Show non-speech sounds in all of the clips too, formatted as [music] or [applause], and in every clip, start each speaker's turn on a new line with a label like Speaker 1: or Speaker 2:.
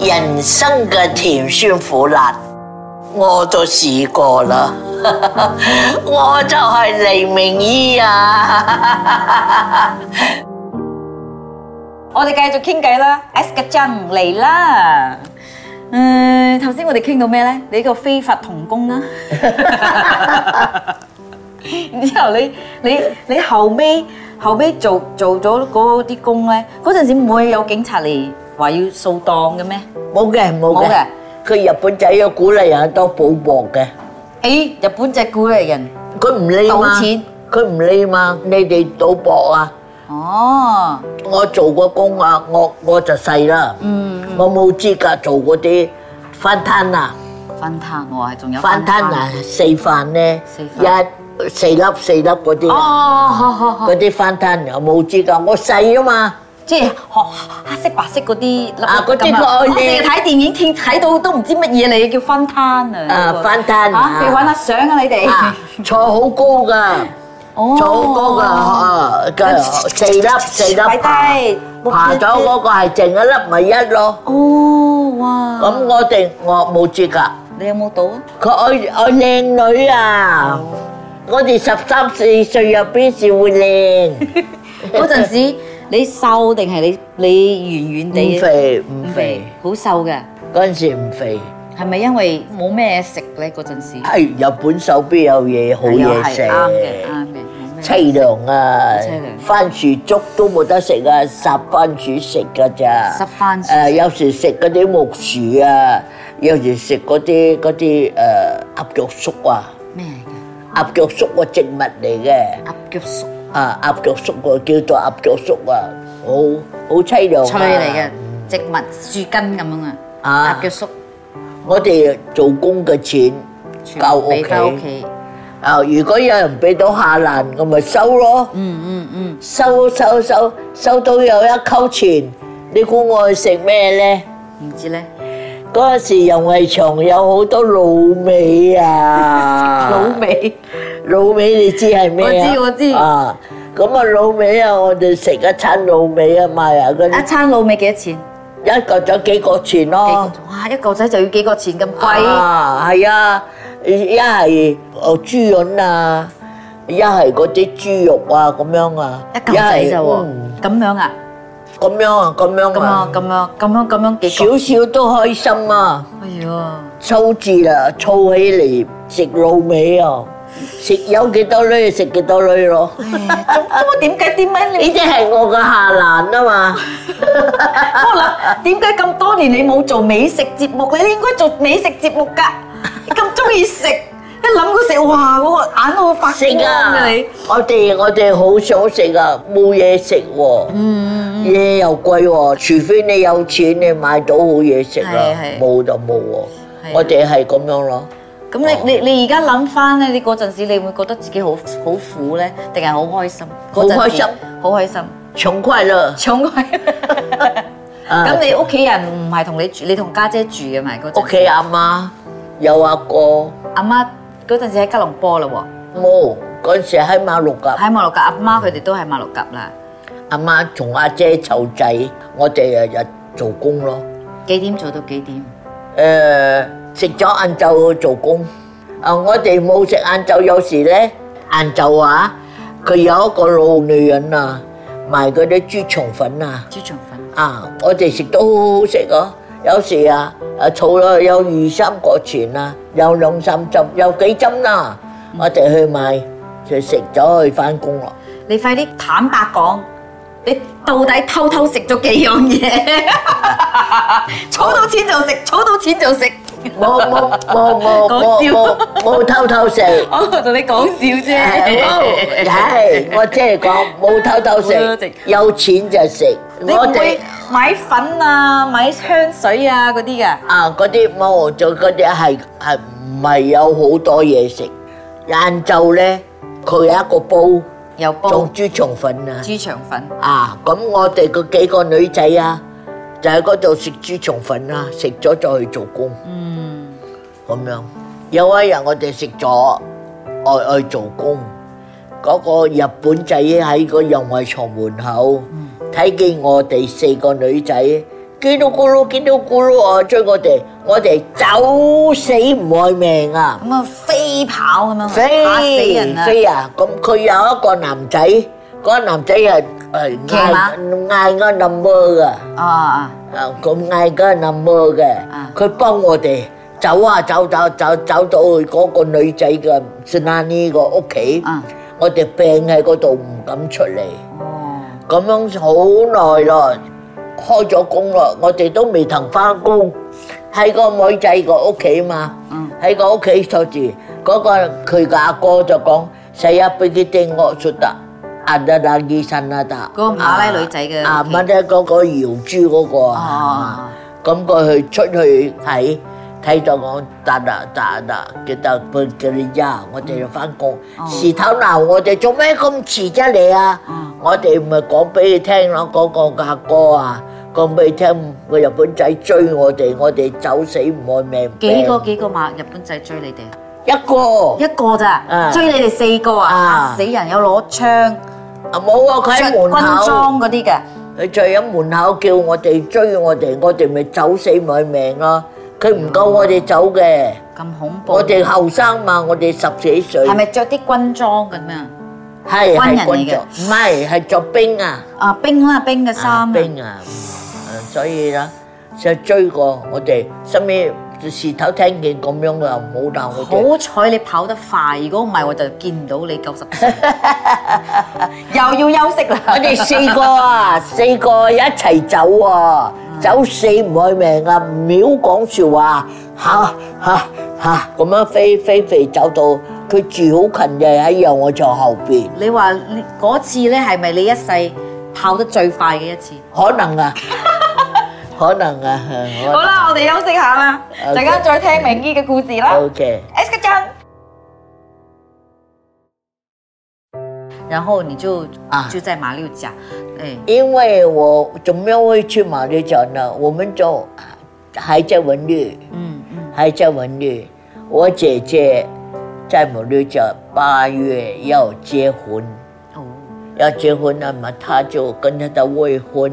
Speaker 1: 人生嘅甜酸苦辣，我都試過啦。 [laughs] 我就係黎明姨啊！
Speaker 2: 我哋繼續傾偈啦，S 嘅真嚟啦。誒，頭先我哋傾到咩咧？你個非法童工啦，然之後你你你後尾後尾做做咗嗰啲工咧，嗰陣時唔會有警察嚟話要掃檔嘅咩？
Speaker 1: [laughs] 冇嘅，冇
Speaker 2: 冇嘅
Speaker 1: 嘅。佢日本仔有鼓勵人多賭博嘅，
Speaker 2: 誒，日本隻鼓勵人，
Speaker 1: 佢唔理嘛
Speaker 2: 賭錢，
Speaker 1: 佢唔理嘛。你哋賭博啊？
Speaker 2: 哦，
Speaker 1: 我做過工啊，我我就細啦，
Speaker 2: 嗯，
Speaker 1: 我冇資格做嗰啲翻攤啊，
Speaker 2: 翻攤喎，仲有
Speaker 1: 翻攤啊，四飯咧，
Speaker 2: 四飯
Speaker 1: 一四粒四粒嗰啲
Speaker 2: 哦，
Speaker 1: 啊，
Speaker 2: 好好好，
Speaker 1: 嗰啲翻攤又冇資格，我細啊嘛，
Speaker 2: 即係學黑色白色嗰啲粒粒
Speaker 1: 啊嗰啲
Speaker 2: 咁
Speaker 1: 佢
Speaker 2: 我成日睇電影睇睇到都唔知乜嘢嚟，叫翻攤啊！
Speaker 1: 啊翻攤啊
Speaker 2: 嚇，你揾下相啊你哋， [laughs]
Speaker 1: 啊坐好高噶，
Speaker 2: 哦
Speaker 1: 坐好高噶，啊嘅四粒四粒
Speaker 2: 擺
Speaker 1: 爬
Speaker 2: 低，
Speaker 1: 爬咗嗰個係剩一粒咪一咯，
Speaker 2: 哦哇！
Speaker 1: 咁我哋我冇資格。
Speaker 2: 你有冇到啊？
Speaker 1: 佢愛愛靚女啊！我哋十三四歲入邊時會靚，
Speaker 2: 嗰陣時你瘦定係你你圓圓
Speaker 1: 唔
Speaker 2: 地？
Speaker 1: 肥唔
Speaker 2: 唔
Speaker 1: 肥
Speaker 2: 肥，，好瘦嘅，
Speaker 1: 嗰陣時唔肥。
Speaker 2: 係咪因為冇咩食咧？嗰陣時
Speaker 1: 係日本手邊有嘢好嘢
Speaker 2: 係
Speaker 1: 食，
Speaker 2: 啱嘅，啱嘅，冇咩
Speaker 1: 凄涼啊
Speaker 2: 淒涼！
Speaker 1: 番薯粥都冇得食啊，烚番薯食㗎咋？
Speaker 2: 烚番薯
Speaker 1: 誒，有時食嗰啲木薯啊，有時食嗰啲嗰啲誒鴨腳粟啊，
Speaker 2: 咩嚟
Speaker 1: 鴨腳粟個植物嚟嘅。
Speaker 2: 嘅？鴨腳粟。
Speaker 1: 啊鴨腳叔啊，叫做鴨腳叔啊，好好凄涼啊
Speaker 2: 翠嚟嘅植物樹根咁樣啊，
Speaker 1: 啊
Speaker 2: 鴨腳粟
Speaker 1: 我哋做工嘅錢
Speaker 2: 全
Speaker 1: 夠
Speaker 2: 部俾翻
Speaker 1: 屋
Speaker 2: 屋
Speaker 1: 企
Speaker 2: 企。
Speaker 1: 啊！如果有人俾到下欄，我咪收咯。
Speaker 2: 嗯嗯嗯，
Speaker 1: 收收收收到有一溝錢，你估我去食咩咧？
Speaker 2: 唔知咧，
Speaker 1: 嗰陣時遊藝場有好多滷味
Speaker 2: [laughs]
Speaker 1: 啊！
Speaker 2: 味
Speaker 1: 滷味你知係咩啊？
Speaker 2: 我知我知
Speaker 1: 啊，咁啊滷味啊，我哋食一餐滷味啊，賣啊嗰啲
Speaker 2: 一餐滷味幾多錢？
Speaker 1: 一個咗幾個錢咯
Speaker 2: 幾。個哇，一個仔就要幾個錢咁貴？
Speaker 1: 啊，係啊，一係誒豬潤啊，一係嗰啲豬肉啊咁樣啊，
Speaker 2: 一嚿仔咋
Speaker 1: 一係
Speaker 2: 喎
Speaker 1: 嗯？
Speaker 2: 咁樣啊？
Speaker 1: 咁樣啊，咁樣
Speaker 2: 咁啊
Speaker 1: 啊，，
Speaker 2: 咁樣咁樣咁樣幾個？
Speaker 1: 少少都開心啊，
Speaker 2: 哎呀，
Speaker 1: [laughs] 湊字啦，湊起嚟食滷味啊，食有幾多女食幾多女咯。
Speaker 2: 唉咁咁點解點解
Speaker 1: 呢
Speaker 2: 你
Speaker 1: 啲係我嘅下欄啊嘛，
Speaker 2: 我諗點解咁多年你冇做美食節目？你應該做美食節目㗎，你咁中意食，一諗到食哇，我眼都會發
Speaker 1: 食
Speaker 2: 光
Speaker 1: 啊
Speaker 2: 㗎你。！
Speaker 1: 我哋我哋好想食啊，冇嘢食喎。
Speaker 2: 嗯。
Speaker 1: 嘢又貴喎，除非你有錢，你買到好嘢食啦
Speaker 2: 係，係
Speaker 1: 冇就冇喎
Speaker 2: 係啊。
Speaker 1: 我哋係咁樣咯，
Speaker 2: 咁
Speaker 1: 哦
Speaker 2: 你你你而家諗翻咧，你嗰陣時你會覺得自己好好苦咧，定係好開心？
Speaker 1: 好開心，
Speaker 2: 好開心，
Speaker 1: 窮快樂。
Speaker 2: 搶佢。
Speaker 1: [laughs] 啊
Speaker 2: 咁你屋企人唔係同你住，你同家姐住嘅嘛？嗰陣
Speaker 1: 屋企阿媽有阿哥，
Speaker 2: 阿媽嗰陣時喺吉隆坡啦喎，
Speaker 1: 冇嗰陣時喺馬六甲，
Speaker 2: 喺馬六甲，阿媽佢哋都喺馬六甲啦。
Speaker 1: 阿媽同阿姐湊仔，我哋日日做工咯。
Speaker 2: 幾點做到幾點？
Speaker 1: 誒 Ờ, 食咗晏晝去做工，啊我哋冇食晏晝，有時咧晏晝啊，佢有一個老女人啊，賣嗰啲豬腸粉啊。
Speaker 2: 豬腸粉。
Speaker 1: 啊，我哋食都好好食啊！有時啊，誒儲咗有二三個錢啊，有兩三針，有幾針啦、我哋去買就食咗去翻工咯。
Speaker 2: 你快啲坦白講，你到底偷偷食咗幾樣
Speaker 1: [laughs]
Speaker 2: 嘢？ [laughs] 儲到錢就食，儲到錢
Speaker 1: [laughs]
Speaker 2: 就食。
Speaker 1: 冇冇冇冇
Speaker 2: 講
Speaker 1: 冇
Speaker 2: 笑
Speaker 1: 冇冇偷偷食，
Speaker 2: 我同你講
Speaker 1: [laughs]
Speaker 2: 笑
Speaker 1: 係冇係我即係講冇偷偷
Speaker 2: 冇偷偷
Speaker 1: 食
Speaker 2: 食，
Speaker 1: 有錢就食。
Speaker 2: 你
Speaker 1: 我
Speaker 2: 唔
Speaker 1: 哋
Speaker 2: 會買粉啊、買香水啊嗰啲噶？
Speaker 1: 啊嗰啲冇就嗰啲係係唔係有好多嘢食？晏晝咧，佢有一個煲
Speaker 2: 又煲
Speaker 1: 做豬腸粉啊。
Speaker 2: 豬腸粉，
Speaker 1: 啊，咁我哋嗰幾個女仔啊，就喺嗰度食豬腸粉啊，食咗再去做工
Speaker 2: 嗯，
Speaker 1: 咁樣。有一日我哋食咗，外去做工，嗰、個日本仔喺個遊藝場門口睇見我哋四個女仔見到咕嚕，見到咕嚕，我追我哋，我哋走死唔愛命啊！
Speaker 2: 咁啊飛跑咁樣，
Speaker 1: 飛
Speaker 2: 嚇死人啊！
Speaker 1: 飛啊！咁佢有一個男仔，嗰個男仔係誒
Speaker 2: 騎馬
Speaker 1: 嗌嗌個 number 㗎。
Speaker 2: 啊啊！
Speaker 1: 啊，咁嗌個 number 嘅
Speaker 2: 啊，
Speaker 1: 佢幫我哋走啊走走走走到去嗰個女仔嘅 s n a n i 個屋企
Speaker 2: 啊，
Speaker 1: 我哋病喺嗰度唔敢出嚟，
Speaker 2: 哦，
Speaker 1: 咁樣好耐咯，開咗工咯，我哋都未曾翻工，喺個女仔個屋企嘛
Speaker 2: 嗯，
Speaker 1: 喺個屋企坐住，嗰個佢嘅阿哥就講，使一俾佢定我出得。阿得阿醫生啊，得
Speaker 2: 嗰個馬
Speaker 1: À,
Speaker 2: 拉女仔嘅
Speaker 1: 啊
Speaker 2: 屋企
Speaker 1: 乜咧？嗰個搖珠嗰個啊
Speaker 2: 哦。
Speaker 1: 咁佢去出去睇睇咗我達達達達嘅達布嘅利亞，我哋就翻工。時頭鬧我哋做咩咁遲啫你啊
Speaker 2: 嗯！
Speaker 1: 我哋咪講俾佢聽咯，嗰個阿哥啊，講俾佢聽個日本仔追我哋，我哋走死唔愛命。
Speaker 2: 幾個幾個馬日本仔追你哋啊？
Speaker 1: 一個
Speaker 2: 一個咋
Speaker 1: 啊？
Speaker 2: 追你哋四個
Speaker 1: 啊
Speaker 2: 啊？嚇死人！有攞槍，
Speaker 1: 冇啊！佢
Speaker 2: 着
Speaker 1: 喺門
Speaker 2: 軍
Speaker 1: 口，
Speaker 2: 裝嗰啲嘅。
Speaker 1: 佢就喺門口叫我哋追我哋，我哋咪走死唔愛命咯。佢唔夠我哋走嘅。
Speaker 2: 咁恐怖，
Speaker 1: 我哋後生嘛，我哋十幾歲，
Speaker 2: 係咪着啲軍裝咁啊？
Speaker 1: 係
Speaker 2: 軍人
Speaker 1: 係
Speaker 2: 嚟
Speaker 1: 軍
Speaker 2: 嘅
Speaker 1: 裝，唔係係做兵啊，
Speaker 2: 啊，冰啦，冰嘅衫
Speaker 1: 啊
Speaker 2: 啊，
Speaker 1: 兵啊，嗯所以啦，就追過我哋，收尾事頭聽見咁樣啊，冇鬧我哋，
Speaker 2: 好彩你跑得快，如果唔係我就見唔到你九十 [laughs] 歲，又要休息 [laughs] 啦。
Speaker 1: 我哋四個啊，四個一齊走啊，走死唔愛命啊，唔好講笑話，嚇嚇嚇咁樣飛飛飛走到佢住好近嘅喺右我座後邊，
Speaker 2: [laughs] 你話呢嗰次咧係咪你一世跑得最快嘅一次？
Speaker 1: 可能啊，可能啊，可能
Speaker 2: 好啦，我哋休息下啦，
Speaker 1: OK
Speaker 2: 陣間再聽明姨嘅故事啦。
Speaker 1: OK，
Speaker 2: S 個章。然后你就
Speaker 1: 啊
Speaker 2: 就在马六甲，哎，
Speaker 1: 因为我怎么样会去马六甲呢？我们就还在文律，
Speaker 2: 嗯嗯，
Speaker 1: 还在文律。我姐姐在马六甲八月要结婚，
Speaker 2: 哦，
Speaker 1: 要结婚那么她就跟她的未婚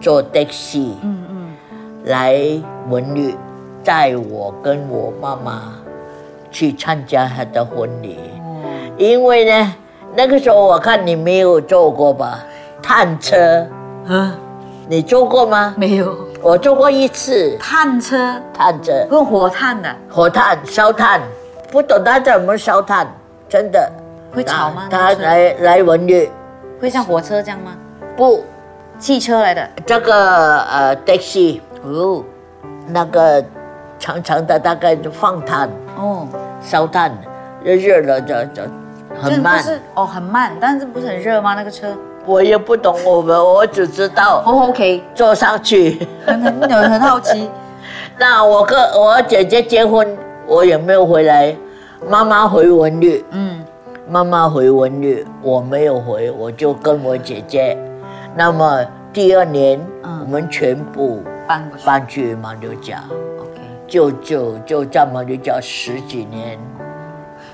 Speaker 1: 坐的士
Speaker 2: 嗯嗯，
Speaker 1: 来文律，载我跟我妈妈去参加她的婚礼。
Speaker 2: 哦，
Speaker 1: 因为呢，那个时候我看你没有坐过吧，探车。
Speaker 2: 啊，
Speaker 1: 你坐过吗？
Speaker 2: 没有，
Speaker 1: 我坐过一次，
Speaker 2: 探车
Speaker 1: 探着
Speaker 2: 用火炭的，
Speaker 1: 火炭烧炭，不懂他怎么烧炭，真的。
Speaker 2: 会吵吗？
Speaker 1: 他
Speaker 2: 那个车
Speaker 1: 来来文旅，
Speaker 2: 会像火车这样吗？
Speaker 1: 不，
Speaker 2: 汽车来的，
Speaker 1: 这个呃 taxi
Speaker 2: 哦
Speaker 1: 那个长长的，大概就放炭
Speaker 2: 哦，
Speaker 1: 烧炭，热了就就很
Speaker 2: 真的
Speaker 1: 慢
Speaker 2: 不。是哦，很慢，但是不是很热吗？那个车
Speaker 1: 我也不懂我们，我只知道 [laughs]
Speaker 2: 哦 OK，
Speaker 1: 坐上去。 [laughs]
Speaker 2: 很很很好奇，
Speaker 1: 那我跟我姐姐结婚，我也没有回来，妈妈回文旅。
Speaker 2: 嗯，
Speaker 1: 妈妈回文旅，我没有回，我就跟我姐姐。那么第二年，
Speaker 2: 嗯
Speaker 1: 我们全部
Speaker 2: 搬过去
Speaker 1: 搬去马六甲，
Speaker 2: ，OK。
Speaker 1: 就就就在马六甲十几年。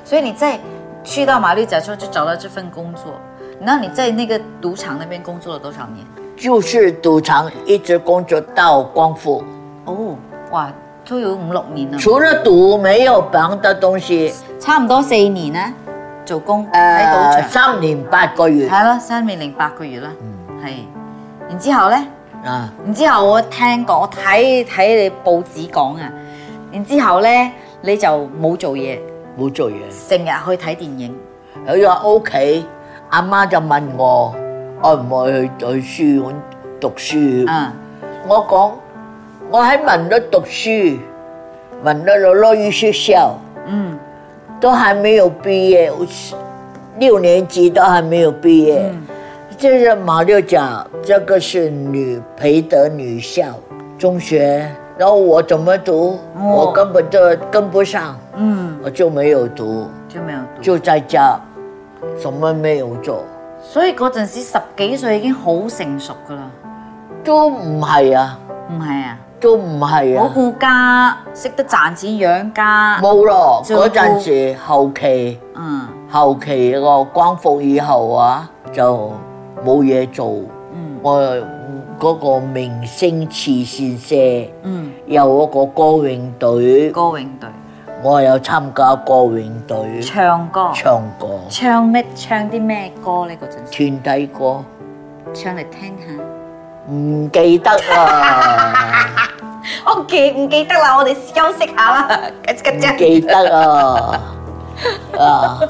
Speaker 2: 所以你在去到马六甲之后就找到这份工作，那你在那个赌场那边工作了多少年？
Speaker 1: 就是赌场一直工作到光复，
Speaker 2: 哦，哇，都有五六年啦，
Speaker 1: 除了赌没有别的东西。
Speaker 2: 差唔多四年啦，做工喺
Speaker 1: 呃，
Speaker 2: 哎赌場，
Speaker 1: 三年八個月
Speaker 2: 係咯，三年零八個月啦，係。然之後咧，
Speaker 1: 啊，
Speaker 2: 然之後我聽講，我睇睇你報紙講啊，然之後咧你就冇做嘢，
Speaker 1: 冇做嘢。
Speaker 2: 成日去睇電影，
Speaker 1: 佢話屋企，阿媽就問我愛唔愛去去書館讀書。
Speaker 2: 嗯，
Speaker 1: 我講我喺文律讀書，文律老落語學校，
Speaker 2: 嗯，
Speaker 1: 都還沒有畢業，我是六年級都還沒有畢業。
Speaker 2: 嗯
Speaker 1: 这是马六甲，这个是女培德女校中学，然后我怎么读，
Speaker 2: 哦
Speaker 1: 我根本就跟不上，
Speaker 2: 嗯，
Speaker 1: 我就没有读，
Speaker 2: 就沒有讀。
Speaker 1: 就在家，什么没有做，
Speaker 2: 所以嗰陣時十幾歲已經好成熟噶啦，
Speaker 1: 都唔係啊，
Speaker 2: 唔係啊？
Speaker 1: 都唔係
Speaker 2: 好
Speaker 1: 啊。
Speaker 2: 顧家，識得賺錢養家。
Speaker 1: 冇咯，
Speaker 2: 照顧
Speaker 1: 嗰陣時後期
Speaker 2: 嗯
Speaker 1: 後期個光復以後啊，就冇嘢做。
Speaker 2: 嗯
Speaker 1: 我嗰個明星慈善社，
Speaker 2: 嗯，
Speaker 1: 有嗰個歌詠隊，
Speaker 2: 歌詠隊
Speaker 1: 我有參加歌詠隊
Speaker 2: 唱歌，
Speaker 1: 唱過
Speaker 2: 唱咩？唱啲咩歌呢？嗰陣時
Speaker 1: 團體歌，
Speaker 2: 唱嚟聽下。
Speaker 1: 唔記得啊，
Speaker 2: 我記唔記得啦？我哋休息下啦，吉吉
Speaker 1: 唔記得啊，啊！